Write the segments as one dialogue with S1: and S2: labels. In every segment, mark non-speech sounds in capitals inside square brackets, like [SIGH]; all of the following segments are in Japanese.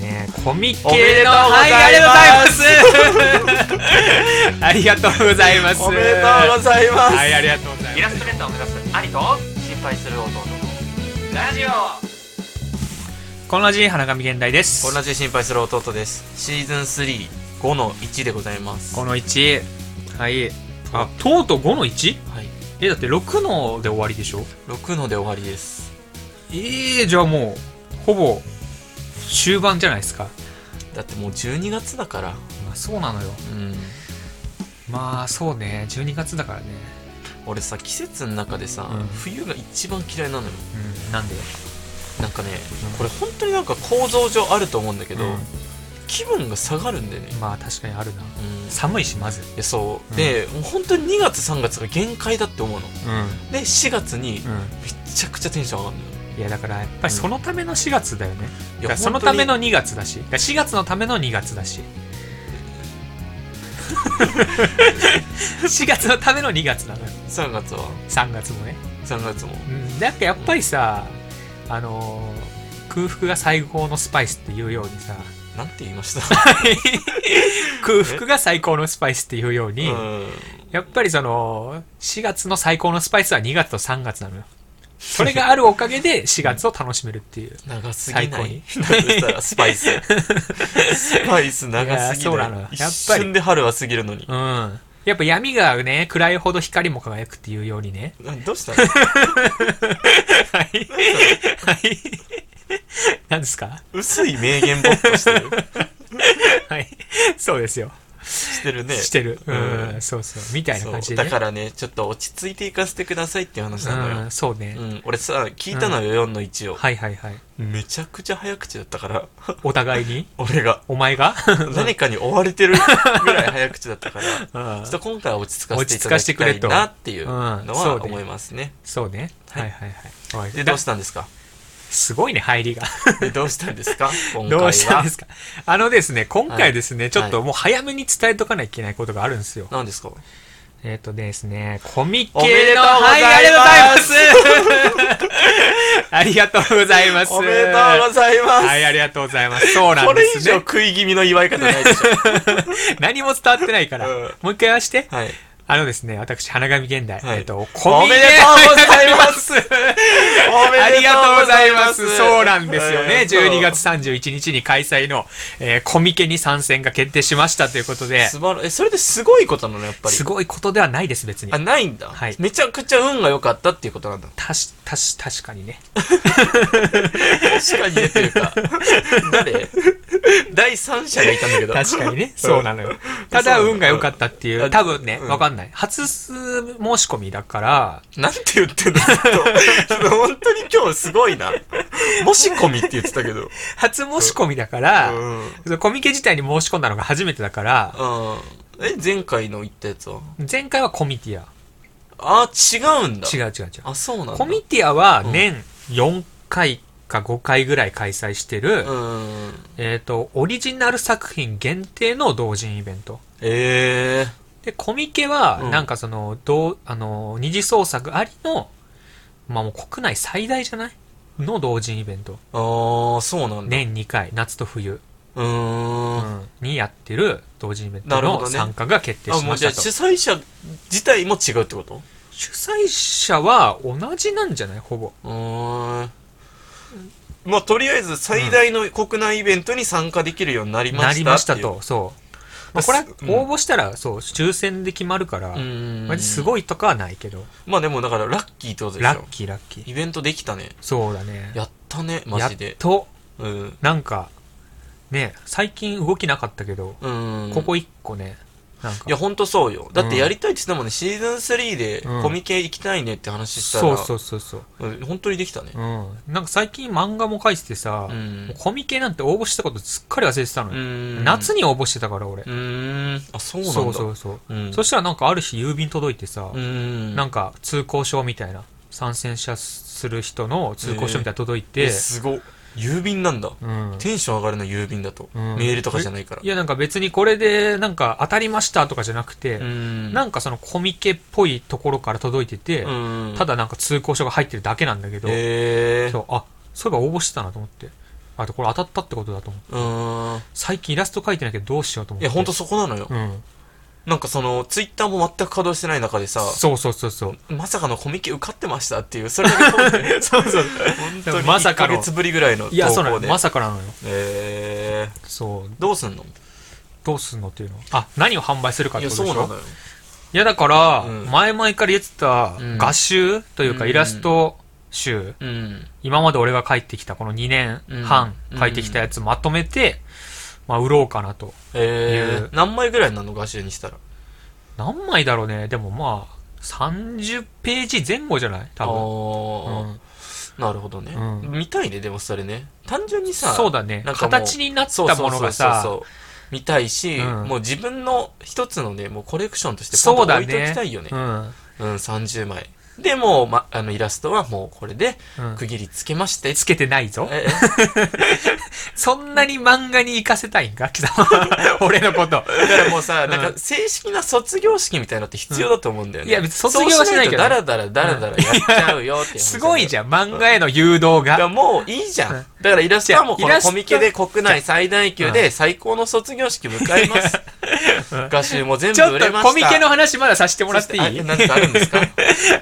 S1: ねコミケの
S2: おめでとうございます
S1: はい [LAUGHS] ありがとうございます
S2: お
S1: あ
S2: め
S1: り
S2: で
S1: がとうございます
S2: とうございます、
S1: はいありがとうござい
S3: イ
S1: ま
S3: ラストレーターを目指す兄と心配する弟のラジオ
S1: すこんなじ花神現代です
S2: 同じ心配する弟ですシーズン35の1でございます
S1: この1はいあとうとう5の 1?
S2: はい
S1: えだって6ので終わりでしょ
S2: 6ので終わりです
S1: ええじゃあもうほぼ終盤じゃないですか、
S2: だってもう12月だから
S1: まあ、そうなのよ
S2: うん
S1: まあそうね12月だからね
S2: 俺さ季節の中でさ、
S1: うん
S2: 冬が一番嫌いなのよ
S1: うんなんで
S2: なんかね、
S1: うん
S2: これ本当になんか構造上あると思うんだけど、
S1: うん
S2: 気分が下がるんだよね、
S1: まあ確かにあるな
S2: うん
S1: 寒いしまず
S2: いやそう、
S1: うん
S2: でもう本当に2月3月が限界だって思うの
S1: うん
S2: で4月にめ
S1: う
S2: ちゃくちゃテンション上がるのよ
S1: んいやだからやっぱりそのための4月だよね、
S2: い
S1: だから
S2: や
S1: そのための
S2: 本
S1: 2月だしだから4月のための2月だし4月のための2月なのよ
S2: 当に3月は
S1: 3月もね、
S2: 3月も
S1: うん、なんかやっぱりさあのー空腹が最高のスパイスっていうようにさ
S2: なんて言いました
S1: 空腹が最高のスパイスっていうよう
S2: [LAUGHS] う
S1: に、
S2: ん
S1: やっぱりその4月の最高のスパイスは2月と3月なのよそれがあるおかげで4月を楽しめるっていう
S2: 長すぎ
S1: 最
S2: な
S1: 高
S2: い
S1: に
S2: だとしたらスパイ [LAUGHS] ススパイス長すぎ
S1: いやそう
S2: な
S1: ないのよやっぱり
S2: 一瞬で春は過ぎるのに
S1: うんやっぱ闇がね暗いほど光も輝くっていうようにね
S2: などうした [LAUGHS] の
S1: はい。はい。 [LAUGHS] 何ですか
S2: 薄い名言ぼっと [LAUGHS] してる
S1: はい。そうですよ。
S2: してるね
S1: してる。うん、
S2: うん
S1: そうそう。みたいな感
S2: そ
S1: じで、
S2: うだ
S1: ね。
S2: からねちょっと落ち着いていかせてくださいっていう話なの
S1: う
S2: よ
S1: ん、、そうね、
S2: うん俺さ聞いたのよ、4の1を、
S1: はいはいはい。
S2: めちゃくちゃ早口だったから
S1: お互いに
S2: 俺が
S1: お前が
S2: 何かに追われてるぐらい早口だったからち
S1: うん
S2: ょっと今回は落ち着かせていただきたいなっていうの
S1: うんそうね
S2: は思いますね,、
S1: そうね。
S2: はい
S1: はいはいはい。
S2: で
S1: だ
S2: どうしたんですか
S1: すごいね、入りが。
S2: で [LAUGHS] どうしたんですか今回は
S1: どうしたんですかあのですね、今回ですね、
S2: はい
S1: ちょっともう早めに伝えとかなきゃいけないことがあるんですよ。
S2: 何ですか
S1: えっ、とですね、コミケの、
S2: おめでとうございます
S1: はありがとうございますありがとうございます。
S2: おめでとうございます、
S1: はい、ありがとうございます。そうな
S2: こ
S1: んで
S2: れ以
S1: す
S2: 上
S1: ね。
S2: 食い気味の祝い方ないでしょ
S1: 何も伝わってないから。
S2: うん
S1: もう一回言わして。
S2: [LAUGHS] はい
S1: あのですね、私、花神現代。
S2: はい
S1: えっと、コ
S2: お
S1: ミケ
S2: めでとうございますおめ
S1: あり
S2: で
S1: が
S2: と
S1: とう
S2: う
S1: ご
S2: ご
S1: ざ
S2: ざ
S1: い
S2: い
S1: ま。
S2: ますす
S1: そうなんですよね。
S2: うん
S1: 12月31日に開催の、えーコミケに参戦が決定しましたということで、
S2: 素晴らえそれですごいことなのやっぱり
S1: すごいことではないです、別に
S2: あ。ないんだ、
S1: はい
S2: めちゃくちゃ運が良かったっていうことなんだ
S1: たし、たし、確かにね。
S2: 確かにねっていう [LAUGHS] か誰第三者がいたんだけど
S1: 確かに
S2: [LAUGHS]
S1: ね。そうなのよ。ただ、運が良かったっていう。多分ね、わかんない。初す申し込みだから、
S2: なんて言ってんのず [LAUGHS] っとちょっと本当に今日す
S1: [LAUGHS]
S2: ごいなもし込みって言ってたけど
S1: 初申し込みだから、
S2: うん、うん、
S1: そのコミケ自体に申し込んだのが初めてだから、
S2: え前回の言ったやつは
S1: 前回はコミティア。
S2: あ違うんだ
S1: 違
S2: う
S1: う違う違う。
S2: あそうなんだ
S1: コミティアは年4回か5回ぐらい開催してる、
S2: うん
S1: えっ、と、オリジナル作品限定の同人イベント。
S2: ええ
S1: で、コミケは、
S2: うん
S1: なんかその、どう、あの、二次創作ありの、まあもう国内最大じゃないの同人イベント。
S2: ああそうなんだ、
S1: 年2回、夏と冬、
S2: うーん
S1: にやってる同人イベン
S2: な
S1: ト
S2: るほど
S1: の
S2: ね
S1: 参加が決定
S2: あ
S1: し
S2: もう
S1: まし
S2: じゃあ
S1: たと。
S2: 主催者自体も違うってこと
S1: 主催者は同じなんじゃないほぼ。
S2: うーんまあとりあえず最大の国内イベントに参加できるようになりました
S1: なりました
S2: っていう
S1: と、そう。まあ、これは
S2: うん
S1: 応募したら、そう、抽選で決まるから、
S2: うーん
S1: まじすごいとかはないけど、
S2: まあでもだからラッキーってことでし
S1: ラ
S2: ょ
S1: ッキーラッキー。
S2: イベントできたね
S1: そうだね。
S2: やったねマジ
S1: やっ
S2: で
S1: と、
S2: うん
S1: なんか、ね、最近動きなかったけど、
S2: うん
S1: ここ一個ね、なんか
S2: いや、ほんとそうよだってやりたいって言ってたもんね、シーズン3で
S1: うん
S2: コミケ行きたいねって話した
S1: そう
S2: ら、
S1: そうそうそう。
S2: うん本当にできたね
S1: うん。なんか最近漫画も書いててさ、
S2: うん
S1: もうコミケなんて応募したことすっかり忘れてたの
S2: う
S1: よ。
S2: ん
S1: 夏に応募してたから俺。
S2: うーんあそうなんだ
S1: そうそうそう。
S2: うん
S1: そしたらなんかある日郵便届いてさ、
S2: うん
S1: なんか通行証みたいな、参戦者する人の通行証みたいなの届いて、
S2: えすごっ郵便なんだ、
S1: うん。
S2: テンション上がるな郵便だと、
S1: うん
S2: メールとかじゃないから
S1: いやなんか別にこれでなんか当たりましたとかじゃなくて、
S2: うん
S1: なんかそのコミケっぽいところから届いてて、
S2: うん
S1: ただなんか通行証が入ってるだけなんだけど、
S2: えー
S1: そうあそういえば応募してたなと思ってあとこれ当たったってことだと思う。
S2: うーん。
S1: 最近イラスト描いてないけどどうしようと思っ
S2: い
S1: て。
S2: や、ほんとそこなのよ。
S1: うん。
S2: なんかその、ツイッターも全く稼働してない中でさ、
S1: そうそうそうそう。
S2: まさかのコミケ受かってましたっていう、それだけ本当に
S1: [LAUGHS] そうそう。
S2: 本当に
S1: まさ
S2: 1
S1: か
S2: ヶ
S1: の
S2: 月ぶりぐらいの投稿で。
S1: いや、そうなのよ。まさかなのよ。
S2: えー、
S1: そう。
S2: どうすんの
S1: どうすんのっていうの。あ、何を販売するかっ
S2: い
S1: て
S2: や、
S1: ことで
S2: そう
S1: しょ
S2: なのよ。
S1: いやだから、
S2: うん
S1: 前々から言ってた
S2: うん
S1: 画集という
S2: う
S1: か
S2: ん
S1: イラスト集、
S2: うん。
S1: 今まで俺が書いてきたこの2年半
S2: うん
S1: 書いてきたやつまとめて、まあ売ろうかなと。いう
S2: えー、何枚ぐらいなの画集にしたら。
S1: 何枚だろうね。でもまあ、30ページ前後じゃない
S2: あ
S1: 多分。
S2: ー、なるほどね、
S1: う
S2: 見たいね、でもそれね。単純に
S1: うん
S2: さ、
S1: そうだね。
S2: なんかもう
S1: 形になっ
S2: そう
S1: た
S2: そうそう
S1: も
S2: そ
S1: の
S2: う
S1: がさ、
S2: そう見たいし、
S1: うん
S2: もう自分の一つのね、もうコレクションとして
S1: そうだ
S2: 置いておきたいよ
S1: ねう
S2: ね。。
S1: ん。
S2: うん、30枚。で、もう、ま、あの、イラストはもうこれで
S1: うん
S2: 区切りつけまして。
S1: つけてないぞ。
S2: え
S1: そんなに漫画に活かせたいんか [LAUGHS] 貴様俺のこと。
S2: だからもうさ、
S1: ん
S2: なんか正式な卒業式みたいなのって必要だと思うんだよ
S1: う
S2: ね。
S1: んいや別に卒業はしないけど
S2: そうしないとダラダラダラダラやっちゃうよって。
S1: すごいじ
S2: ゃん。
S1: ゃん、漫画への誘導
S2: だから
S1: が。
S2: もういいじゃん。
S1: う
S2: だ
S1: ん
S2: からイラストはもう
S1: い
S2: こ
S1: やイ
S2: の
S1: ラスト
S2: コミケで国内最大級で最高の卒業式迎えます。画集も全
S1: ち
S2: 部
S1: ょ
S2: 売
S1: っ
S2: れ
S1: と
S2: ました。
S1: コミケの話まださせてもらってい
S2: あ
S1: い
S2: なんかあるんですか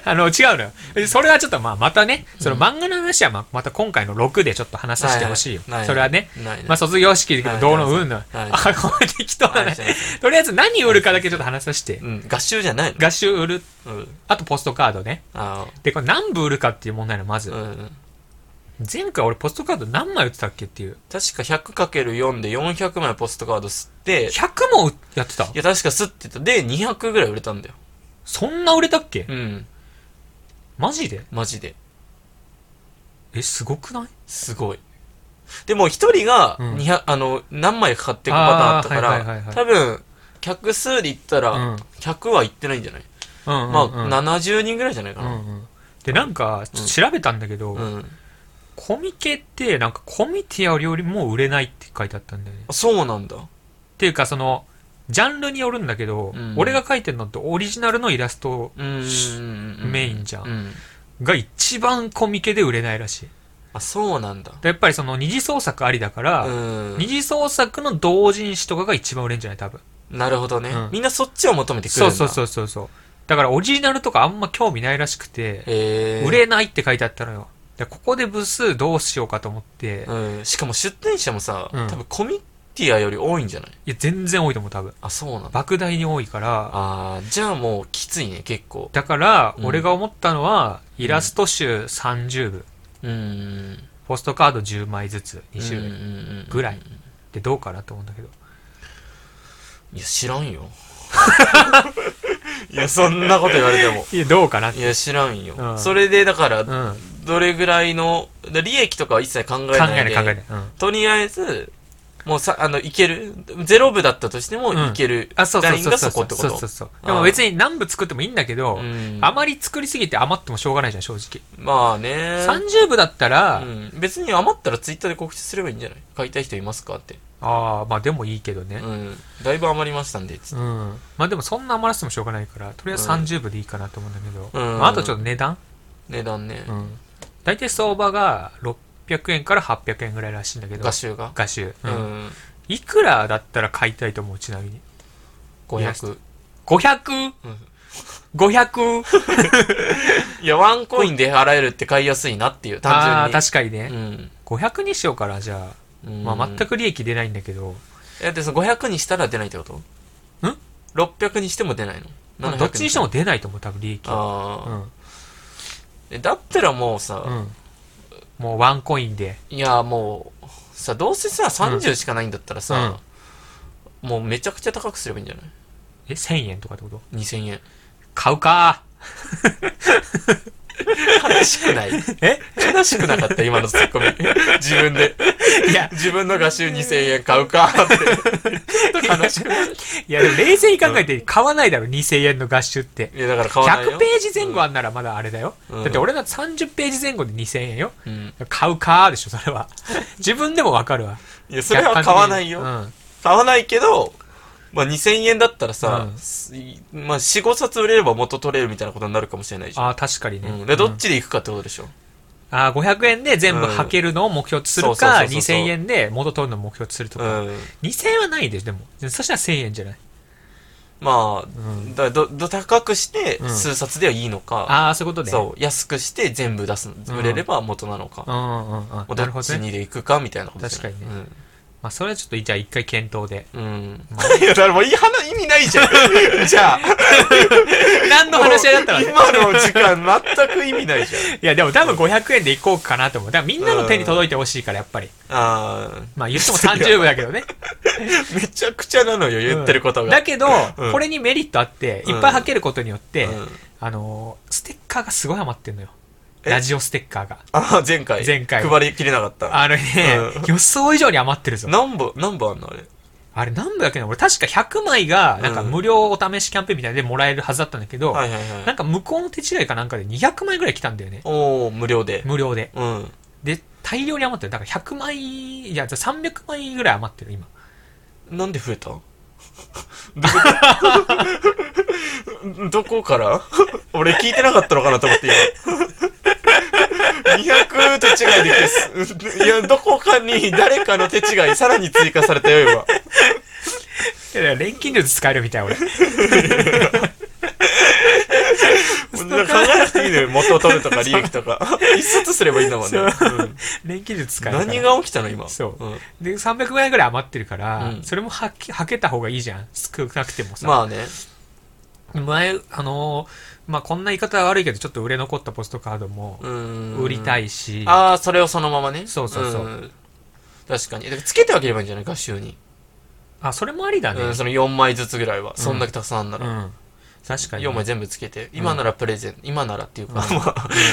S1: あの、違うのよ。それはちょっとまあ、またね、その漫画の話はまあまた今回の6でちょっと話させてほしいよ
S2: な。な
S1: それはね。
S2: ないね
S1: まあ、卒業式でどうのうんの。
S2: いはい
S1: あ、これ適当だ
S2: は
S1: ね
S2: いはい。
S1: とりあえず何売るかだけちょっと話させて
S2: う。ん、合集じゃないの
S1: 画集売る。
S2: うん。
S1: あとポストカードね。
S2: あ
S1: で、これ何部売るかっていう問題なの、ま
S2: ー
S1: ず
S2: う。ん。
S1: 前回俺ポストカード何枚売ってたっけっていう。
S2: 確か 100×4 で400枚ポストカード吸って、
S1: 100もやってた
S2: いや、確か吸ってた。で、200ぐらい売れたんだよ。
S1: そんな売れたっけ
S2: うん。
S1: マジで
S2: マジで。
S1: え、すごくない
S2: すごい。でも、一人が
S1: うん
S2: 200、あの、何枚かかっていくパターン
S1: あ
S2: あ
S1: ー
S2: っ
S1: はいはいは
S2: た
S1: い
S2: か
S1: はい
S2: ら、多分、客数で言った
S1: うん
S2: ら、100はいってないんじゃない
S1: うんうんうん。
S2: まあ、70人ぐらいじゃないか
S1: う
S2: な。
S1: んうん。で、なんか、ちょっと調べたんだけど、
S2: うん。
S1: コミケって、なんかコミティアよりも売れないって書いてあったんだよね。っ
S2: あそうなんだ。
S1: ていうか、その、ジャンルによるんだけど、
S2: うん
S1: 俺が書いてるのってオリジナルのイラスト
S2: うん。
S1: メインじゃん
S2: うん。
S1: が一番コミケで売れないらしい。
S2: あ、そうなんだ。
S1: でやっぱりその二次創作ありだから、
S2: うん
S1: 二。次創作の同人誌とかが一番売れんじゃない多分。
S2: なるほどね
S1: うん。
S2: みんなそっちを求めてくるん
S1: そう
S2: だ。。
S1: そうそううそうそう。だからオリジナルとかあんま興味ないらしくて、
S2: へえ。
S1: 売れないって書いてあったのよ。でここで部数どうしようかと思って、い
S2: うん、しかも出店者もさ、
S1: うん
S2: 多分コミティアより多いんじゃない
S1: や、全然多いと思う多分。
S2: あ、そうなんだ。
S1: 莫大に多いから、
S2: あーじゃあもうきついね、結構。
S1: だから、
S2: うん
S1: 俺が思ったのは、イラスト集30部、
S2: うーん。
S1: ポストカード10枚ずつ、20
S2: うん
S1: 部
S2: うんうん
S1: ぐらいでどうかなと思うんだけど。
S2: いや、知らんよ。 [LAUGHS] いや、そんなこと言われても。
S1: いや、どうかなって
S2: いや、知らんよ。
S1: うん
S2: それで、だから、
S1: うん。考
S2: どれぐらいの、だ利益とかは一切考え
S1: え
S2: ない
S1: ない
S2: で。
S1: 考えない。うん。
S2: とりあえず、もうさ、あの、いけるゼロ部だったとしても、
S1: うん
S2: いける。
S1: あ、そうそうそう
S2: ライン
S1: そ
S2: が
S1: う
S2: そこ
S1: そう
S2: ってこ
S1: そう
S2: と。
S1: そうそう。
S2: あー
S1: でも別に何部作ってもいいんだけど、
S2: うん
S1: あまり作りすぎて余ってもしょうがないじゃん、正直。
S2: まあね。
S1: 30部だったら、
S2: うん、別に余ったらツイッターで告知すればいいんじゃない買いたい人いますかって。
S1: ああ、まあでもいいけど
S2: う
S1: ね。
S2: ん。だいぶ余りましたんで、つって
S1: うん。まあでもそんな余らせてもしょうがないから、とりあえず30部でいいかなと思うんだけど、
S2: うん
S1: まあ、あとちょっと値段
S2: 値段ね。
S1: うん。大体相場が600円から800円ぐらいらしいんだけど。
S2: 画集が。
S1: 画集。う。
S2: うんん。
S1: いくらだったら買いたいと思う、ちなみに。イラス
S2: 500。
S1: 500?500?
S2: うんいや、ワンコインで払えるって買いやすいなっていう、
S1: ああ
S2: 単
S1: ー、
S2: 純
S1: 確かに
S2: に。
S1: ね。
S2: うん。
S1: 500にしようから、じゃあ。まあ、全
S2: く。
S1: く利益出ないんだけど。
S2: え、で、その500にしたら出ないってこと
S1: ん
S2: ?600 にしても出ないの
S1: まあ、どっちにして。
S2: 700
S1: も出ないと思う、多分利益。う
S2: ああ
S1: ん。
S2: えだったらもう
S1: う
S2: さ、
S1: ん。もうワンコインで。
S2: いや、もう、さ、どうせさ、30しかないんだったらさ、もうめちゃくちゃ高くすればいいんじゃない
S1: え、1000円とかってこと
S2: ?2000 円。
S1: 買うか
S2: 悲しくない。
S1: え
S2: 悲し [LAUGHS] くなかった、今のツッコミ。自分で。
S1: いや、
S2: 自分の画集2000円買うかって。悲しくない。
S1: いや、でも冷静に考えて、買わないだろ、2000円の合集って。
S2: いや、だから買わないよ。
S1: 100ページ前後あんならまだあれだよ。
S2: うん
S1: だって俺だって30ページ前後で2000円よ。
S2: うん。
S1: 買うかーでしょ、それは。 [LAUGHS] 自分でもわかるわ。
S2: いや、それは買わないよ。
S1: うん。
S2: 買わないけど、まあ2000円だったらさ、
S1: うん
S2: すまあ4、5冊売れれば元取れるみたいなことになるかもしれないじゃん。
S1: ああ、確かにね。
S2: うん、でどっちで行くかってことでしょ、
S1: あー500円で全部履けるのを目標とする
S2: そうそう
S1: か、
S2: そうそう
S1: 2000円で元取るのを目標とすると
S2: う
S1: か、
S2: ん。
S1: 2000円はないでしょでもそしたら1000円じゃない
S2: まあ、
S1: ん
S2: だど、ど高くして
S1: うん
S2: 数冊ではいいのか、
S1: ああそういうことで
S2: そう、安くして全部出すの、
S1: ん
S2: 売れれば元なのか、
S1: うんうんうんうん
S2: ど
S1: なるほ
S2: っち
S1: どね
S2: にで行くかみたいなことじゃない
S1: 確かにまあそれはちょっとじゃあ一回検討で [LAUGHS]
S2: うん。うん。 [LAUGHS] いや、だからもういい話、意味ないじゃ
S1: [LAUGHS]
S2: ん。じゃあ、
S1: 何の話し合いだったらね
S2: 今の時間全く意味ないじゃん。
S1: [LAUGHS] いやでも多分500円でいこうかなと思うだからみんなの手に届いてほしいからやっぱり
S2: あー
S1: まあ言っても30部だけどね
S2: めちゃくちゃなのよ、 [LAUGHS] 言ってることが。
S1: だけど、
S2: うん
S1: これにメリットあって
S2: うん
S1: いっぱい履けることによって、
S2: うん
S1: あのーステッカーがすごい余ってんのよ
S2: え
S1: ラジオステッカーが
S2: あー前回。
S1: 前回
S2: 配りきれなかった。
S1: あのね、
S2: うん
S1: 予想以上に余ってるぞ
S2: 何本、何本あんのあれ。
S1: あれ何部だっけな俺確か100枚がなんか
S2: うん
S1: 無料お試しキャンペーンみたいなのでもらえるはずだったんだけど、
S2: はいはいは。
S1: ないんか向こうの手違いかなんかで200枚ぐらい来たんだよね
S2: おー、無料で。
S1: 無料で
S2: うん。
S1: で大量に余ってるだから100枚いや300枚ぐらい余ってる今
S2: なんで増えた [LAUGHS] どこどこから俺聞いてなかったのかなと思って今。200手違いでです。いや、どこかに誰かの手違いさらに追加されたよ、 [LAUGHS] 今。
S1: いやだから錬金術使えるみたい
S2: [LAUGHS]
S1: 俺
S2: 考えなくていいのよ。元を取るとか利益とか。 [LAUGHS] 一冊すればいいんだもんね。うん
S1: 錬金術使えるから
S2: 何が起きたの今。
S1: そうんで300枚ぐらい余ってるから、
S2: うん
S1: それもはけはけた方がいいじゃん少なくてもさ、
S2: まあね。
S1: 前あのーまあこんな言い方は悪いけどちょっと売れ残ったポストカードも売
S2: 売
S1: りた
S2: い。
S1: いし、
S2: ああ、それをそのままね。
S1: そうそうそうん
S2: 確かに。だからつけてあげればいいんじゃない合集に。
S1: あそれもありだね
S2: うん、その4枚ずつぐらいは、そんだけたくさんあんな
S1: う
S2: ら、
S1: ん確かに
S2: 4枚全部つけて今ならプレゼン、今ならっていうか、まあ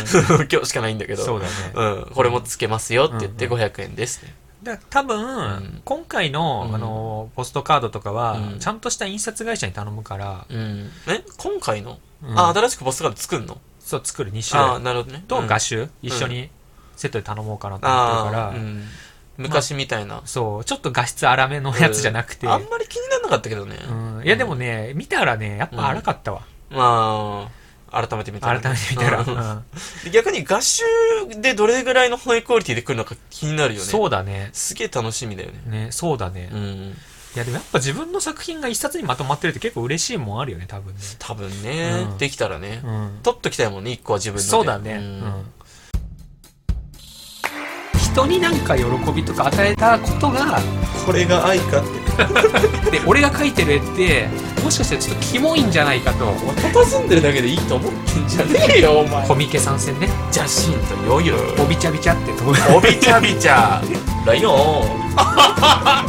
S2: [LAUGHS] 今日しかないんだけど
S1: そうだね
S2: うん、これもつけますよって言って
S1: う
S2: 500円ですね、
S1: だから多分、
S2: うん
S1: 今回の、
S2: うん
S1: あのーポストカードとかは、
S2: うん
S1: ちゃんとした印刷会社に頼むから、
S2: うんえ今回の、
S1: うん
S2: あ新しくポストカード作るの
S1: そう作る2種
S2: ああ
S1: 類
S2: なるほどね
S1: と
S2: うん
S1: 画集、一緒にセットで頼もうかなと思ってるから、
S2: ああ、うん、昔みたいな、
S1: そうちょっと画質荒めのやつじゃなくて、
S2: うんあんまり気にならなかったけどね、
S1: うんいやでもね、見たらねやっぱ荒かったわ、
S2: まあ改めて見た
S1: 改
S2: ら
S1: め
S2: ね、
S1: て見たら、
S2: [LAUGHS] うん
S1: うん
S2: で逆に画集でどれぐらいのハイクオリティで来るのか気になるよね
S1: そうだね
S2: すげえ楽しみだよね
S1: ねそうだね、
S2: う
S1: い
S2: ん
S1: やでもやっぱ自分の作品が一冊にまとまってるって結構嬉しいもんあるよね多分ね、
S2: 多分ね、
S1: うん
S2: できたらね、
S1: うん、
S2: 取っときたいもんね一個は自分ので
S1: そうだね、
S2: ん
S1: 人になんか喜びとか与えたことが
S2: これが愛かって
S1: で俺が描いてる絵ってもしかしたらちょっとキモいんじゃないかと
S2: 佇んでるだけでいいと思ってんじゃねえよお前
S1: コミケ参戦ね
S2: じゃしんとよいよ
S1: おびちゃびちゃって飛ぶ
S2: おびちゃびちゃライオン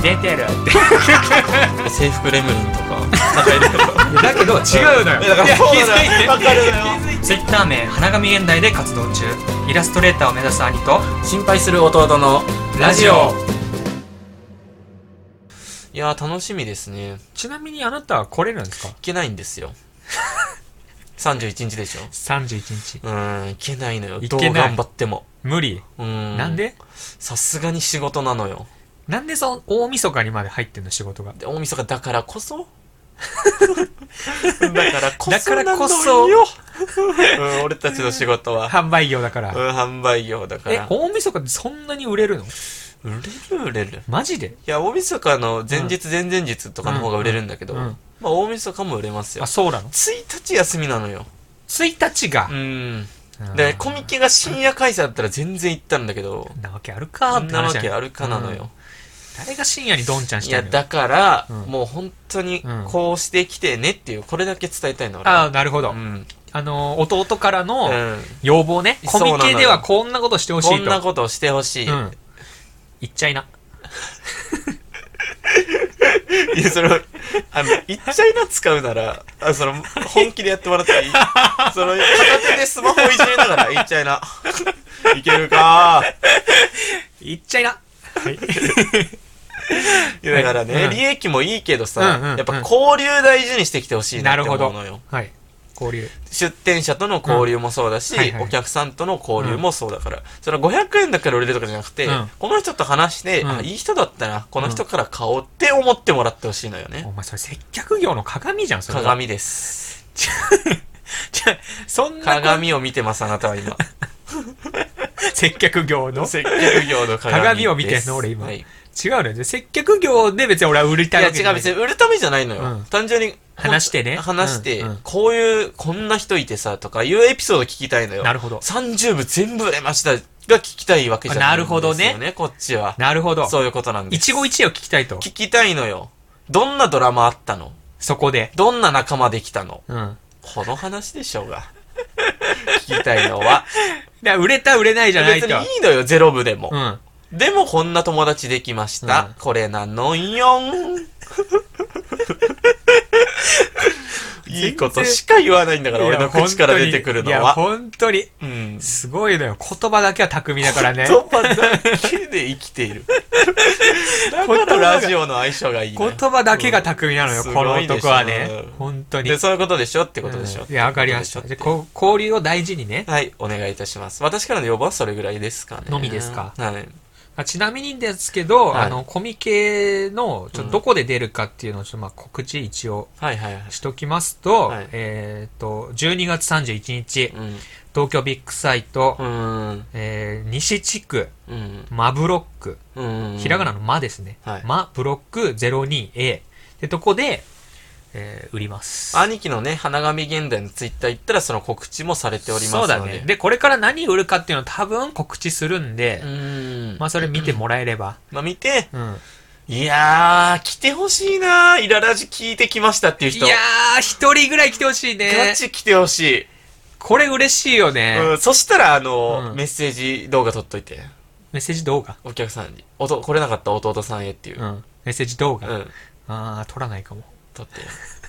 S1: 出てるって
S2: 制服レムリンとかなんかいるけど [LAUGHS]
S1: だけど違うのよ
S2: だからそうだよわかるのよ
S1: Twitter 名花神現代で活動中イラストレーターを目指す兄と
S2: 心配する弟の
S1: ラジオ
S2: いやー楽しみですね
S1: ちなみにあなたは来れるんですか
S2: いけないんですよ [LAUGHS] 31日でしょ
S1: 31日
S2: うーんいけないのよ
S1: い
S2: どう
S1: けない
S2: 頑張っても
S1: 無理、
S2: うーん
S1: なんで
S2: さすがに仕事なのよ
S1: なんでその大晦日にまで入ってんの仕事が
S2: で大晦日だから
S1: [LAUGHS]
S2: こそだからこそ
S1: だからこそ
S2: なのよ、うん、俺たちの仕事は、
S1: 販売業だから、
S2: うん、販売業だか
S1: え
S2: ら
S1: 大晦日ってそんなに売れるの
S2: 売れる売れる
S1: マジで
S2: いや大晦日の前日、前々日とかの方が売れるんだけど、
S1: うんうん
S2: まあ大晦日も売れますよ
S1: あそうなの
S2: 1日休みなのよ
S1: 1日が
S2: う、ん
S1: うん
S2: でコミケが深夜開催だったら全然行ったんだけど
S1: なわけあるか
S2: そ
S1: っ
S2: ん
S1: て
S2: なわ
S1: 話
S2: け
S1: じゃ
S2: あ
S1: ん
S2: るかなのよ、
S1: 誰が深夜にドンちゃんし
S2: い
S1: て
S2: や
S1: んの
S2: だから、
S1: うん
S2: もう本当に
S1: うん
S2: こうしてきてねっていうこれだけ伝えたいの俺は
S1: ああなるほど、
S2: うん、
S1: あのー弟からの
S2: うん、
S1: 要望ね、
S2: そ
S1: コ
S2: うなの
S1: ミ
S2: よ
S1: ケではこんなことしてほしい
S2: ことんなことをしてほしい、
S1: うん言っちゃいない
S2: や、それは、あの、いっちゃいな使うなら、あその、本気でやっても
S1: [LAUGHS]
S2: らったらいい。その、片手でスマホいじりながら、いっち
S1: [LAUGHS]
S2: ゃいな。いけるか
S1: 言っちゃいなはい、
S2: いやだからね、
S1: うん
S2: 利益もいいけどさ、
S1: うんうんうん
S2: やっぱ交流大事にしてきてほしいな
S1: な
S2: って
S1: る
S2: 思
S1: ほ
S2: うの
S1: ど
S2: よ。
S1: はい交流
S2: 出店者との交流もそうだし、
S1: うんはいはい
S2: お客さんとの交流もそうだから、その500円だから売れるとかじゃなくて、
S1: うん
S2: この人と話して、
S1: うん
S2: あ、いい人だったな、この人から買おうって思ってもらってほしいのよね。
S1: お前それ接客業の鏡じゃんそれは [LAUGHS]
S2: 鏡です。
S1: じゃあそんな [LAUGHS]
S2: 鏡を見てます、あなたは今。
S1: 接客業の。
S2: 接客業の鏡
S1: 鏡を見てんの俺今違うのよね。接客業で別に俺は売り
S2: い
S1: たい
S2: や
S1: わけじゃ
S2: 違
S1: な
S2: う
S1: い
S2: 別に売るためじゃないのよ、
S1: うん
S2: 単純に
S1: 話してね
S2: 話して、
S1: うんうん
S2: こういうこんな人いてさとかいうエピソード聞きたいのよ
S1: なるほど
S2: 30部全部売れましたが聞きたいわけじゃないんですよ、ね、
S1: あなるほど
S2: こっちは
S1: なるほど。
S2: そういうことなんです
S1: 一期一会を聞きたいと。
S2: 聞きたいのよどんなドラマあったの
S1: そこで。
S2: どんな仲間できたの
S1: うん。だか
S2: この話でしょうが聞きたいのは
S1: ら売れた売れないじゃない
S2: 別
S1: と。
S2: にいいのよゼロ部でも
S1: う、ん。
S2: でもこんな友達できました、
S1: うん
S2: これなのよ
S1: [LAUGHS]
S2: んいいことしか言わないんだから俺の口から出てくるの
S1: いや、
S2: は
S1: 本当に。
S2: うん
S1: すごいのよ。言葉だけは巧みだからね。
S2: 言葉だけで生き
S1: [LAUGHS]
S2: ているだからラジオの相性がいいね
S1: 言葉だけが巧みなのよ、
S2: うん
S1: この男はね
S2: すごいでしょ。
S1: 本当に。
S2: でそういうことでしょってことでしょ、
S1: うんいや、わかりました。
S2: っ
S1: じ
S2: て
S1: ゃあ、こう交流を大事にね。
S2: はいお願いいたします私からの要望はそれぐらいですかね
S1: のみですか
S2: はい
S1: あちなみにですけど、
S2: はい
S1: あの、コミケの、ちょっ
S2: うん
S1: とどこで出るかっていうのを、ちょっとまあ告知一応
S2: はいはいはい
S1: しときますと、
S2: はい
S1: えっ、と、12月31日、
S2: うん
S1: 東京ビッグサイト、
S2: うん
S1: えー西地区、
S2: うん
S1: マブロック、
S2: うん
S1: ひらがなのマですね。
S2: はい
S1: マブロック 02A ってとこで、えー売ります。
S2: 兄貴のね、花紙現代のツイッター行ったらその告知もされております
S1: そ
S2: の
S1: う
S2: で。
S1: だね。で、これから何売るかっていうのを多分告知するんで、
S2: うーん。
S1: まあそれ見てもらえれば。
S2: まあ見て、
S1: うん。
S2: いやー、来てほしいなー、イララジ聞いてきましたっていう
S1: い
S2: 人。
S1: やー、一人ぐらい来てほしいね
S2: ガ。チ来てほし
S1: これ嬉しいよ
S2: い。
S1: ね。
S2: うん、そしたら、あの、
S1: うん
S2: メッセージ動画撮っといて。
S1: メッセージ動画。
S2: お客さんに。おと、来れなかった弟さんへっていう。
S1: うん。メッセージ動画。
S2: うん。
S1: あー、撮らないかも。
S2: 撮って。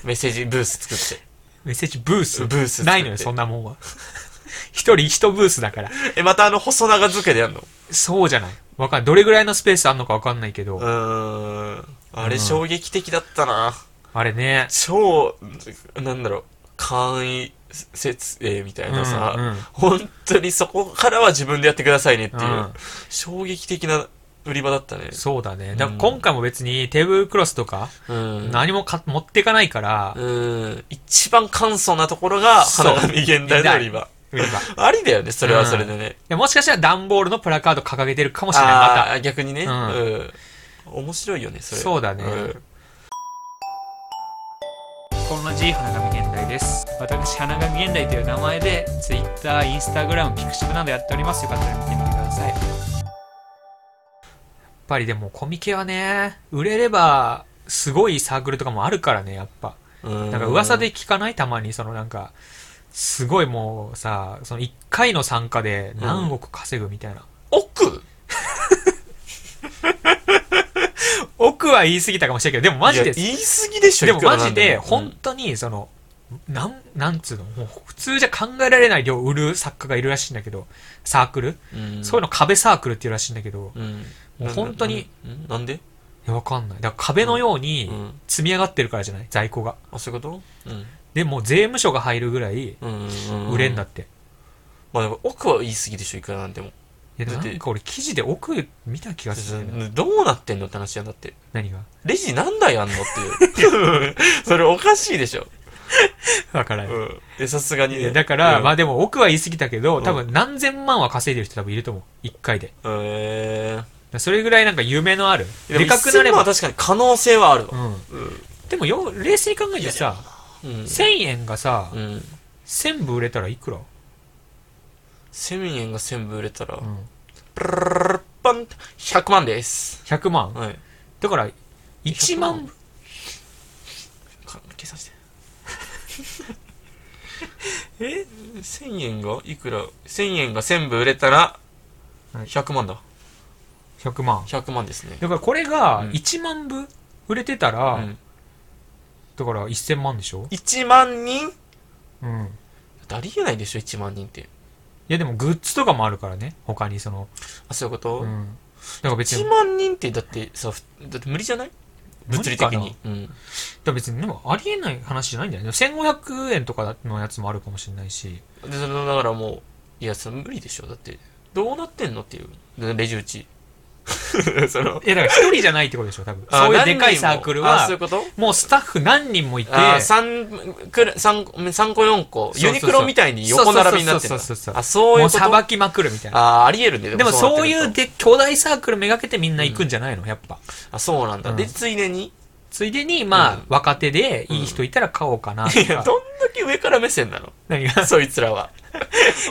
S2: メッセージブース作って。
S1: メッセージブース。
S2: ブース作って
S1: ないのよ、そんなもんは。 [LAUGHS] 一人一ブースだから。
S2: え、またあの、細長付けでやんの
S1: そうじゃない。わかんない。どれぐらいのスペースあんのかわかんないけど。
S2: うーん。あ
S1: う
S2: れ
S1: ん
S2: 衝撃的だったな。
S1: あれね。
S2: 超、なんだろう、簡易設営みたいなさ、
S1: うんうん
S2: 本当にそこからは自分でやってくださいねっていう、
S1: うん
S2: 衝撃的な売り場だったね。
S1: そうだね。
S2: ん
S1: だから今回も別にテーブルクロスとか
S2: うん。
S1: 何もか持ってかないから、
S2: うん。一番簡素なところが、
S1: そう
S2: 花紙現代の売り場。
S1: 売り場。い
S2: ありだよね、それはそれでね。
S1: やもしかしたら段ボールのプラカード掲げてるかもしれない。ま
S2: あ
S1: た。
S2: あー、逆にね、う
S1: うんん。
S2: 面白いよね、それ。
S1: そうだね
S2: ん
S1: こんな G 花神現代です私花神現代という名前で Twitter、Instagram、ピクシブなどやっておりますよかったら見てみてくださいやっぱりでもコミケはね売れればすごいサークルとかもあるからねやっぱ
S2: うん。
S1: なんか噂で聞かないたまにそのなんかすごいもうさその1回の参加で何億稼ぐみたいな、
S2: 奥
S1: 億は言い過ぎたかもしれないけどでもマジで
S2: いや言い過ぎでしょ、
S1: でも
S2: いくら
S1: マ
S2: な
S1: ジ
S2: んで
S1: で
S2: も
S1: 本当にその、なんなんつうのもう普通じゃ考えられない量売る作家がいるらしいんだけどサークル、
S2: うん
S1: そういうの壁サークルっていうらしいんだけど、い
S2: うん。
S1: もう本当に
S2: うん。うんなんで
S1: やわかんないだから壁のよう
S2: う
S1: に
S2: ん。
S1: 積み上がってるからじゃない在庫が
S2: あ、そういうことうん。
S1: でもう税務署が入るぐらい売
S2: 売
S1: れんだって、
S2: まあでも奥は言い過ぎでしょいくらなんでも
S1: いや
S2: だって
S1: なんか俺記事で奥見た気がするんだよね
S2: どうなってんのって話やんだって
S1: 何が
S2: [LAUGHS] レジ何台あんのっていうそれおかしいでしょ
S1: わから
S2: う
S1: ない、
S2: んでさすがに
S1: い
S2: ね
S1: やだから、
S2: うん
S1: まあでも奥は言い過ぎたけど、
S2: うん
S1: 多分何千万は稼いでる人多分いると思う1回でだか
S2: え
S1: らそれぐらいなんか夢のある
S2: ー
S1: でかくなれ
S2: でも1000は
S1: ば
S2: 確かに可能性はあるわ
S1: うん
S2: うん
S1: でもよ冷静に考えてさ
S2: うん
S1: 1000円がさ
S2: うん
S1: 1000部売れたらいくら、
S2: 1000円が1000部売れたら
S1: うん、
S2: プルルルルパン100万です
S1: 100万
S2: はい
S1: だから1万
S2: か計算して [LAUGHS] え1000円がいくら1000円が1000部売れたら
S1: はい
S2: 100万だ
S1: 100万
S2: 100万ですね
S1: だからこれが
S2: うん
S1: 1万部売れてたら、
S2: うん
S1: だから1000万でしょ、
S2: 1万人
S1: うん、い
S2: ありえないでしょ1万人って
S1: やでもグッズとかもあるからね他にその、
S2: あそういうこと、
S1: うん、だから別に
S2: 1
S1: だ
S2: 万人ってだってさふだって無理じゃない物理的に、うん、
S1: から別にでもありえない話じゃないんだよね1500円とかのやつもあるかもしれないし
S2: でそのだからもういやその無理でしょだってどうなってんのっていうでレジ打ち [LAUGHS] その
S1: いやだから一人じゃないってことでしょ多分そういうでかいサークル
S2: あ
S1: は
S2: そういうこと
S1: もうスタッフ何人もいて
S2: あ3くら三三個4
S1: そう
S2: 個
S1: そうそう
S2: ユニクロみたいに横並びになってる
S1: そうそうそうそうそうそう
S2: あそういう
S1: も
S2: こ
S1: う
S2: と
S1: さばきまくるみたいな
S2: あありえるね
S1: でもそうい
S2: なって
S1: う
S2: くる
S1: で
S2: と
S1: 巨大サークルめがけてみんな行くんじゃないのやっぱ
S2: あそうなんだ、
S1: うん
S2: でついでに
S1: ついでにまあ、
S2: うん
S1: 若手でいい人いたら買おうかなと
S2: いや
S1: か、
S2: どんだけ上から目線なの
S1: 何が
S2: そいつらは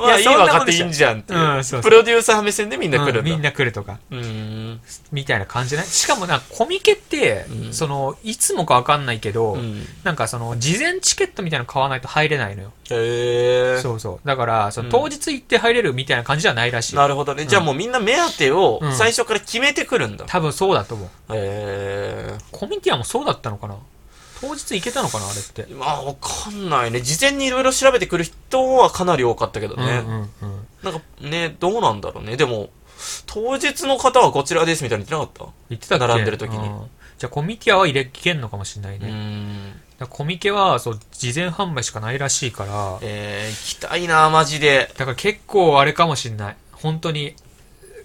S2: まあいい
S1: そんなもん
S2: 若手いいんじゃんっていう,、
S1: うんそうそう
S2: プロデューサー目線でみんな来る
S1: うんんみ
S2: だ、
S1: んな来るとか
S2: うーん
S1: みたいな感じじゃないしかもなコミケって、
S2: うん
S1: そのいつもかわかんないけど、
S2: うん
S1: なんかその事前チケットみたいなの買わないと入れないのよ、
S2: へえ
S1: そうそうだからその
S2: うん
S1: 当日行って入れるみたいな感じじゃないらしい、
S2: なるほどね、じゃあもうみんな目当てを
S1: うん
S2: 最初から決めてくるんだ、
S1: 多分そうだと思う
S2: へ
S1: コミティアもそうだったのかな当日行けたのかなあれって
S2: えまあわかんないね事前にいろいろ調べてくる人はかなり多かったけどね、
S1: うんうんうん
S2: なんかね、どうなんだろうね。でも、当日の方はこちらですみたいに言ってなかっ
S1: 言ってたっけ
S2: 並んでる時に
S1: うじゃあコミティアは入れきけんのかもしれない
S2: た
S1: ね、
S2: うー
S1: だ
S2: ん。
S1: からコミケはそう事前販売しかないらしいから
S2: えー、行きたいな、マジで。
S1: だから結構あれかもしれない本当に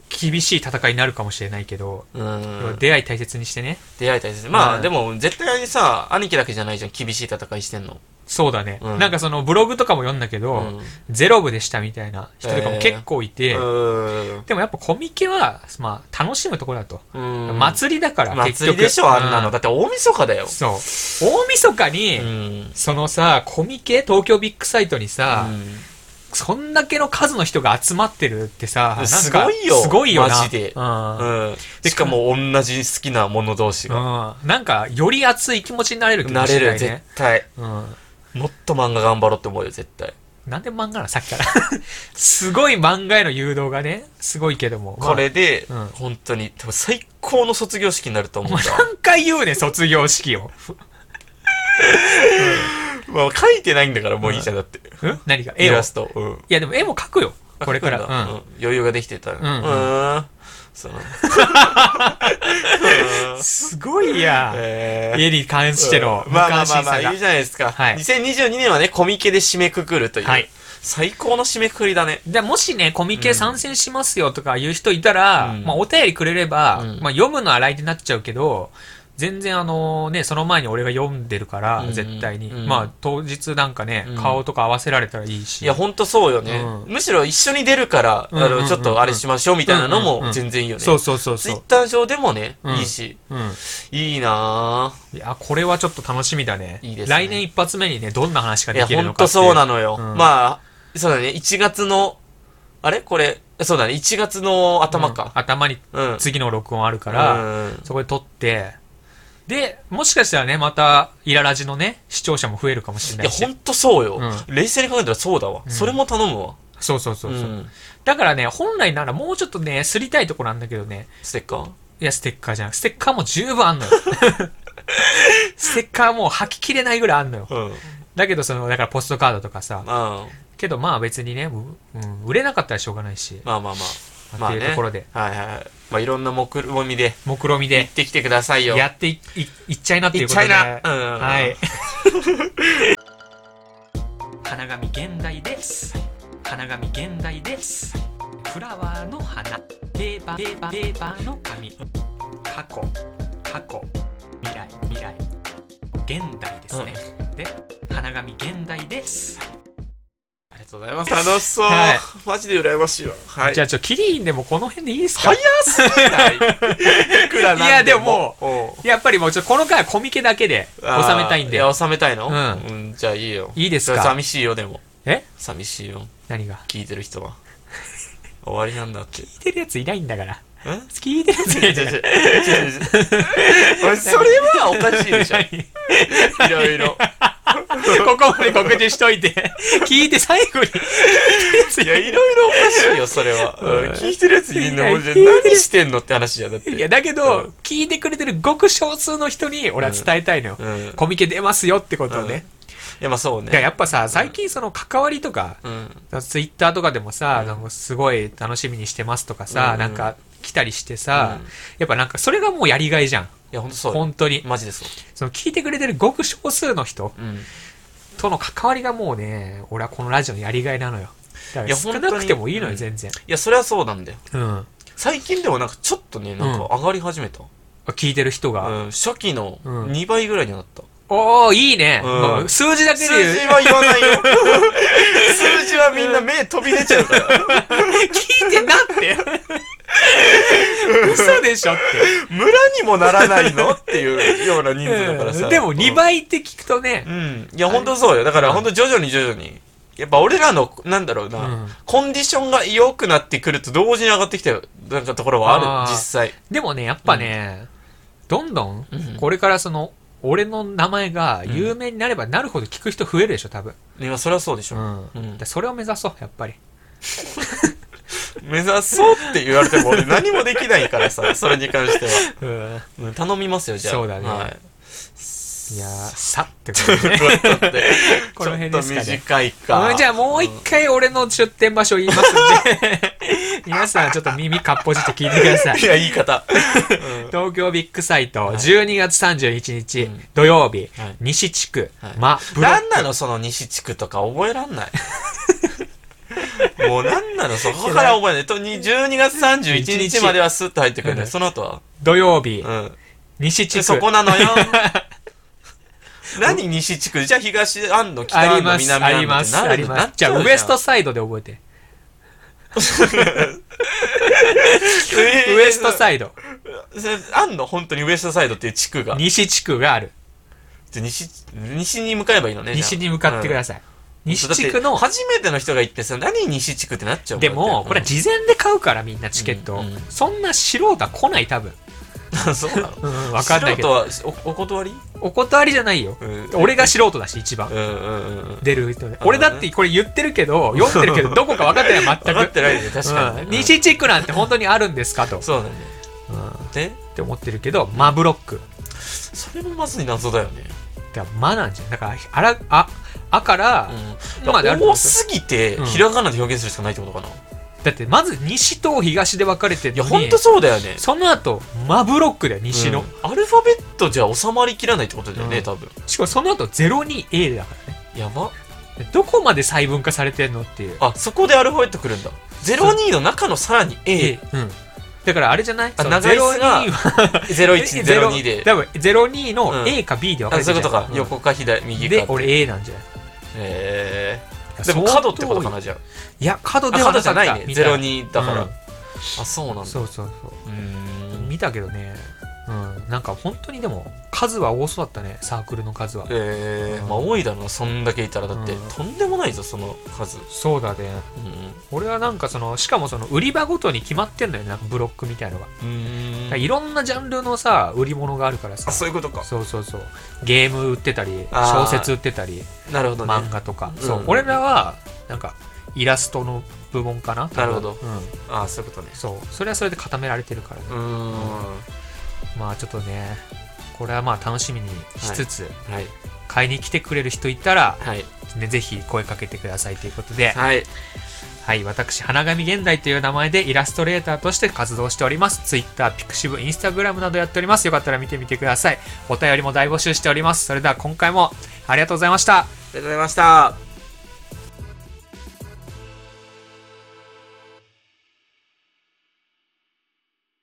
S1: 厳しい戦いになるかもしれないけど、
S2: うーん。
S1: 出会い大切にしてね
S2: 出会いたいですね。まあ、
S1: うん
S2: でも、絶対にさ、兄貴だけじゃないじゃん。厳しい戦いしてんの。
S1: そうだね、
S2: うん
S1: なんかそのブログとかも読んだけど、
S2: うん。う
S1: ゼロ部でしたみたいな人とかも結構いて、
S2: ーん。
S1: でもやっぱコミケは、まあ、楽しむところだと、
S2: うん
S1: 祭りだから結
S2: 祭
S1: 局
S2: りでしょ、あんなの。
S1: う
S2: だって大晦日だよ。
S1: そう大晦日に、
S2: うん。
S1: そのさコミケ東京ビッグサイトにさ、
S2: うん
S1: そんだけの数の人が集まってるってさ、なんか
S2: すごいよ
S1: すごいよな。
S2: マジで
S1: うん。うん。
S2: うん。しかも、同じ好きな者同士が。
S1: なんか、より熱い気持ちになれる気
S2: な
S1: がし
S2: れ
S1: ないね。
S2: る、絶対。
S1: うん。
S2: もっと漫画頑張ろうって思うよ、絶対。
S1: なんで漫画なのさっきから。 [LAUGHS] すごい漫画への誘導がね、すごいけども。
S2: これで、
S1: うん
S2: 本当に、多分最高の卒業式になると思
S1: まあ。
S2: う
S1: お前
S2: から。
S1: 何回言うねん、卒業式を。
S2: まあ、書いてないんだからもういいじゃん、だって。
S1: ん何が
S2: イ
S1: 絵を。い
S2: ラスト。うん。
S1: や、でも絵も描くよ。これから。
S2: 書
S1: う
S2: くんだうん
S1: ん。
S2: 余裕ができてたら。
S1: んうん
S2: ーん。その。 [LAUGHS] うーん
S1: すごいや。
S2: えー
S1: 絵に関しての
S2: うん
S1: 無
S2: まあまあ
S1: 関
S2: まあ
S1: 心
S2: ま
S1: さが
S2: あ、いい。じゃないですか。
S1: はい
S2: 2022年はね、コミケで締めくくるという。
S1: はい
S2: 最高の締めくくりだね。
S1: でもしね、コミケ参戦しますよとかいう人いたら、
S2: うん
S1: まあお便りくれれば、
S2: うん
S1: まあ読むのは来手になっちゃうけど、全然あのね、その前に俺が読んでるから、
S2: うん
S1: 絶対に。
S2: うん
S1: まあ当日なんかね、
S2: うん
S1: 顔とか合わせられたらいいし。
S2: いや、ほんとそうよね。
S1: う
S2: むしろ一緒に出るから、
S1: うんうんうんう
S2: あ
S1: ん
S2: の、ちょっとあれしましょうみたいなの
S1: うんうんう
S2: も
S1: ん
S2: 全然いいよね。
S1: そうそうそう
S2: ツイ
S1: そ
S2: ッ
S1: う。
S2: ター上でもね、
S1: うん
S2: いいし。
S1: うん。
S2: いいなぁ。
S1: いや、これはちょっと楽しみだね。
S2: いいですね
S1: 来年一発目にね、どんな話が
S2: い
S1: で
S2: や、
S1: き
S2: ほ
S1: るの
S2: ん
S1: かっ
S2: と
S1: てい
S2: そうなのよ。
S1: うん
S2: まあ、そうだね、1月の、あれこれ、そうだね、1月の頭
S1: うん
S2: か。
S1: 頭に
S2: うん。
S1: 次の録音あるか、
S2: から
S1: そこで撮って、で、もしかしたらね、また、イララジのね、視聴者も増えるかもしれ
S2: い
S1: な
S2: や、
S1: いし
S2: ほ。んとそうよ。
S1: う
S2: 冷静に考えたらそうだわ。
S1: うん
S2: それも頼むわ。
S1: そうそうそうそう。
S2: ん
S1: だからね、本来ならもうちょっとね、すりたいところなんだけどね、
S2: ステッカー
S1: いや、ステッカーじゃん。ステッカーも十分あんの
S2: [LAUGHS]
S1: よ。ステッカーもう吐ききれないぐらいあんのよ。
S2: うん。
S1: だけど、その、だからポストカードとかさ、
S2: まあ、
S1: けどまあ別にね、ううん、売れなかったらしょうがないし、
S2: まあまあまあ。まあ
S1: っていうところで
S2: ね。はいはいはい。まあ、いろんな目論みで、
S1: 目論見みで
S2: 行ってきてくださいよ。
S1: やっていいいっちゃいなってい
S2: 行
S1: う
S2: っ
S1: こ
S2: ち
S1: と
S2: ゃ
S1: で。
S2: いな。うん
S1: [LAUGHS] はい。花紙現代です。花紙現代です。フラワーの花、ペーパー、ペーパー、ペーパーの紙。過去、過去、未来、未来。現代ですね。で、花紙現代です。
S2: ありがとうございます。楽しそう
S1: はい。
S2: マジで羨ましいわ。はい。
S1: じゃあちょ、キリンでもこの辺でいいですか
S2: 早すぎないいくらなん
S1: いやでも
S2: も
S1: やっぱりもうちょ、この回はコミケだけで収
S2: あー
S1: めたいん
S2: い
S1: で。
S2: や、収めたいの
S1: う
S2: うん。じゃあいいよ。
S1: いいですか
S2: 寂しいよ、でも。
S1: え
S2: 寂しいよ。
S1: 何が
S2: 聞いてる
S1: [LAUGHS]
S2: 人は。終わりなんだって。
S1: 聞いてるやついないんだから。
S2: え
S1: 聞いてるや [LAUGHS] ついないんだから。
S2: [LAUGHS] おいそれはおかしいでしょ。いろいろ。
S1: [LAUGHS] ここまで告知しと [LAUGHS] いて、聞いて最後に。
S2: いや、いろいろおかしいよ、それは。うん聞いてるやついるの
S1: いや
S2: もうじゃあ
S1: 聞いてる
S2: 何してんのって話じゃん、だって。
S1: いや、だけ
S2: う
S1: ど
S2: ん、
S1: 聞いてくれてるごく少数の人に、俺は伝えたいのよ
S2: う。ん。い
S1: コミケ出ますよってことをね。
S2: や、まあそうね。
S1: いややっぱさ、最近その関わりとか、
S2: うん。
S1: ツイッターとかでもさ、なんかすごい楽しみにしてますとかさ、
S2: うん
S1: なんか来たりしてさ
S2: うん、
S1: やっぱなんかそれがもうやりがいじゃん。
S2: いや、ほんとそうよ。
S1: 本当に。
S2: マジでそう。
S1: その聞いてくれてるごく少数の人
S2: うん。
S1: との関わりがもうね、俺はこのラジオのやりがいなのよ。だから
S2: いや
S1: 少
S2: 本当
S1: な
S2: に
S1: くてもいいの
S2: う
S1: よ、
S2: ん
S1: 全然。
S2: いや、それはそうなんだよ。
S1: うん。
S2: 最近でもなんかちょっとねなんか上がり始めた、
S1: 聞いてる人
S2: う
S1: が。
S2: ん初期の
S1: うん
S2: 2倍ぐらいになった、
S1: おー、いいね。
S2: うん
S1: まあ数字だけで
S2: 数
S1: 言う
S2: 字。は言わない
S1: [LAUGHS]
S2: よ数字はみんな目飛び出ちゃうから
S1: 聞いてな
S2: [LAUGHS]
S1: って。嘘でしょって。
S2: 村にもならないのっていうような人数だからさ
S1: でも2倍って聞くとね
S2: う、んいや本当そうよだから本当徐々に徐々にやっぱ俺らのなんだろうな、
S1: うん
S2: コンディションが良くなってくると同時に上がってきたよなんかところはあ
S1: あー
S2: る実際
S1: でもね、やっぱね、どんどん
S2: うん、
S1: これからその、俺の名前が有名になればなるほど聞く人増えるでしょ、多分。
S2: いやそりゃそうでし
S1: う
S2: ょ、
S1: ん。
S2: うん
S1: でそれを目指そう、やっぱり。
S2: 目指そうって言われても俺何もできないか
S1: [LAUGHS]
S2: らさそれに関しては、
S1: うん。いや
S2: うん頼みますよじゃあ
S1: そうだね
S2: はい、
S1: ー、さってことでね。
S2: ちょっとね
S1: [LAUGHS] この辺ですかね
S2: ちょっと短い
S1: うん
S2: か
S1: じゃあもう一回俺の出店場所言いますん
S2: [LAUGHS]
S1: で、皆さんちょっと耳かっぽじって聞いてください
S2: い。や言い方、うん
S1: 東京ビッグサイト、
S2: い
S1: 12月31日、
S2: うん
S1: 土曜日、
S2: はい
S1: 西地区、
S2: はい
S1: ま、ブロッ
S2: なんなのその西地区とか覚えらんないもうなんなのそこから覚えないとに12月31日まではスッと入ってくるね
S1: うん
S2: その後は
S1: 土曜日、
S2: うん
S1: 西地
S2: で
S1: 区。
S2: そこなのよ
S1: [LAUGHS]
S2: 何西地区じゃあ東あんの北
S1: あ
S2: あ
S1: り
S2: んの
S1: ます、
S2: 南
S1: あ
S2: あ
S1: り
S2: んの
S1: ま
S2: って
S1: す、
S2: な
S1: あ
S2: る
S1: り
S2: じゃん
S1: ます。じゃあ、ウエストサイドで覚えて。ウエストサイド。
S2: それあんの本当にウエストサイドっていう地区が。
S1: 西地区がある。
S2: じゃあ西、西に向かえばいいのね。じゃあ
S1: 西に向かってください。西地区
S2: だ
S1: の
S2: って、初めての人が行ってさ、何西地区ってなっちゃう
S1: でも、これは
S2: じ、
S1: 事前で買うからみんなチケットを
S2: うんうん
S1: そんな素人は来ない、多分。
S2: うん [LAUGHS] そうなの
S1: うん、わかんないけど。
S2: 素人はおお断り
S1: お断りじゃないよ。
S2: うん
S1: 俺が素人だし、一番
S2: う。んうんうんうん。
S1: 出る人ね俺だってこれ言ってるけど、読んでるけど、どこか分かってない、全
S2: 分 [LAUGHS]
S1: く。
S2: かってないね、確かにね。
S1: うん
S2: うん
S1: 西地区なんて本当にあるんですかと、
S2: そうだね。
S1: うんっ
S2: で、
S1: て思ってるけど、マブロック。
S2: それもまずに謎だよね。
S1: だからマなんじゃん。だから、あら、あ、あから、
S2: うん。
S1: 今である
S2: 多すぎて
S1: うん、
S2: ひらがなで表現するしかないってことかな。い
S1: だってまず西と東で分かれてる
S2: や、
S1: のに
S2: ほんとそうだよね。
S1: その後、マブロックだよ、西の。
S2: うんアルファベットじゃ収まりきらないってことだよ
S1: う
S2: ね、
S1: ん
S2: 多分。
S1: しかもその後、02A だからね。
S2: やば。
S1: でどこまで細分化されてんのっていう。
S2: あ、そこでアルファベット来るんだ。02の中のさらに A。
S1: うん。だからあれじゃない
S2: あ
S1: その
S2: 長いっすが
S1: 02は
S2: 0102で。
S1: 多分、02の
S2: うん
S1: A か B で分か
S2: あ
S1: れて
S2: そ
S1: る
S2: ういう
S1: じ
S2: こ
S1: ゃ
S2: と
S1: ん。
S2: か。
S1: うん
S2: 横か左、右か。
S1: で、俺 A なんじゃない
S2: へ
S1: いや
S2: ーでも
S1: 相当
S2: 角ってことかな、じゃ
S1: いや、角
S2: あ。あ
S1: では
S2: 角
S1: な
S2: じ
S1: か
S2: ゃ
S1: っ
S2: な
S1: た
S2: いね。
S1: みたい
S2: 02だから。
S1: うん
S2: あ、そうなんだ。
S1: そうそうそう
S2: うー。
S1: うん見たけどね、うん、なんか本当にでも数は多そうだったねサークルの数は、
S2: え
S1: う
S2: ー、
S1: ん
S2: まあ多いだろうな、そんだけいたら。だって
S1: う、ん
S2: とんでもないぞ、その数。
S1: そうだね
S2: うん
S1: 俺はなんかそのしかもその売り場ごとに決まってんのよなんかブロックみたいのが、だか
S2: うー
S1: ら
S2: ん。
S1: いろんなジャンルのさ売り物があるからさ
S2: あ、そういうことか。
S1: そうそうそうゲーム売ってたり
S2: あー
S1: 小説売ってたり
S2: なるほどね。
S1: 漫画とか、
S2: うん
S1: そう俺らはなんかイラストの部門かな多分
S2: なるほど
S1: うん、
S2: あ、そういうことね。
S1: そうそれはそれで固められてるからね
S2: うーん。は
S1: まあちょっとねこれはまあ楽しみにしつつ、
S2: い。
S1: 買いに来てくれる人いたら、
S2: はい。
S1: ね、ぜひ声かけてくださいということで、
S2: はい。
S1: はい、私、花神現代という名前でイラストレーターとして活動しております。Twitter、Pixiv、Instagram などやっております。よかったら見てみてください。お便りも大募集しております。それでは今回もありがとうございました。
S2: ありがとうございました。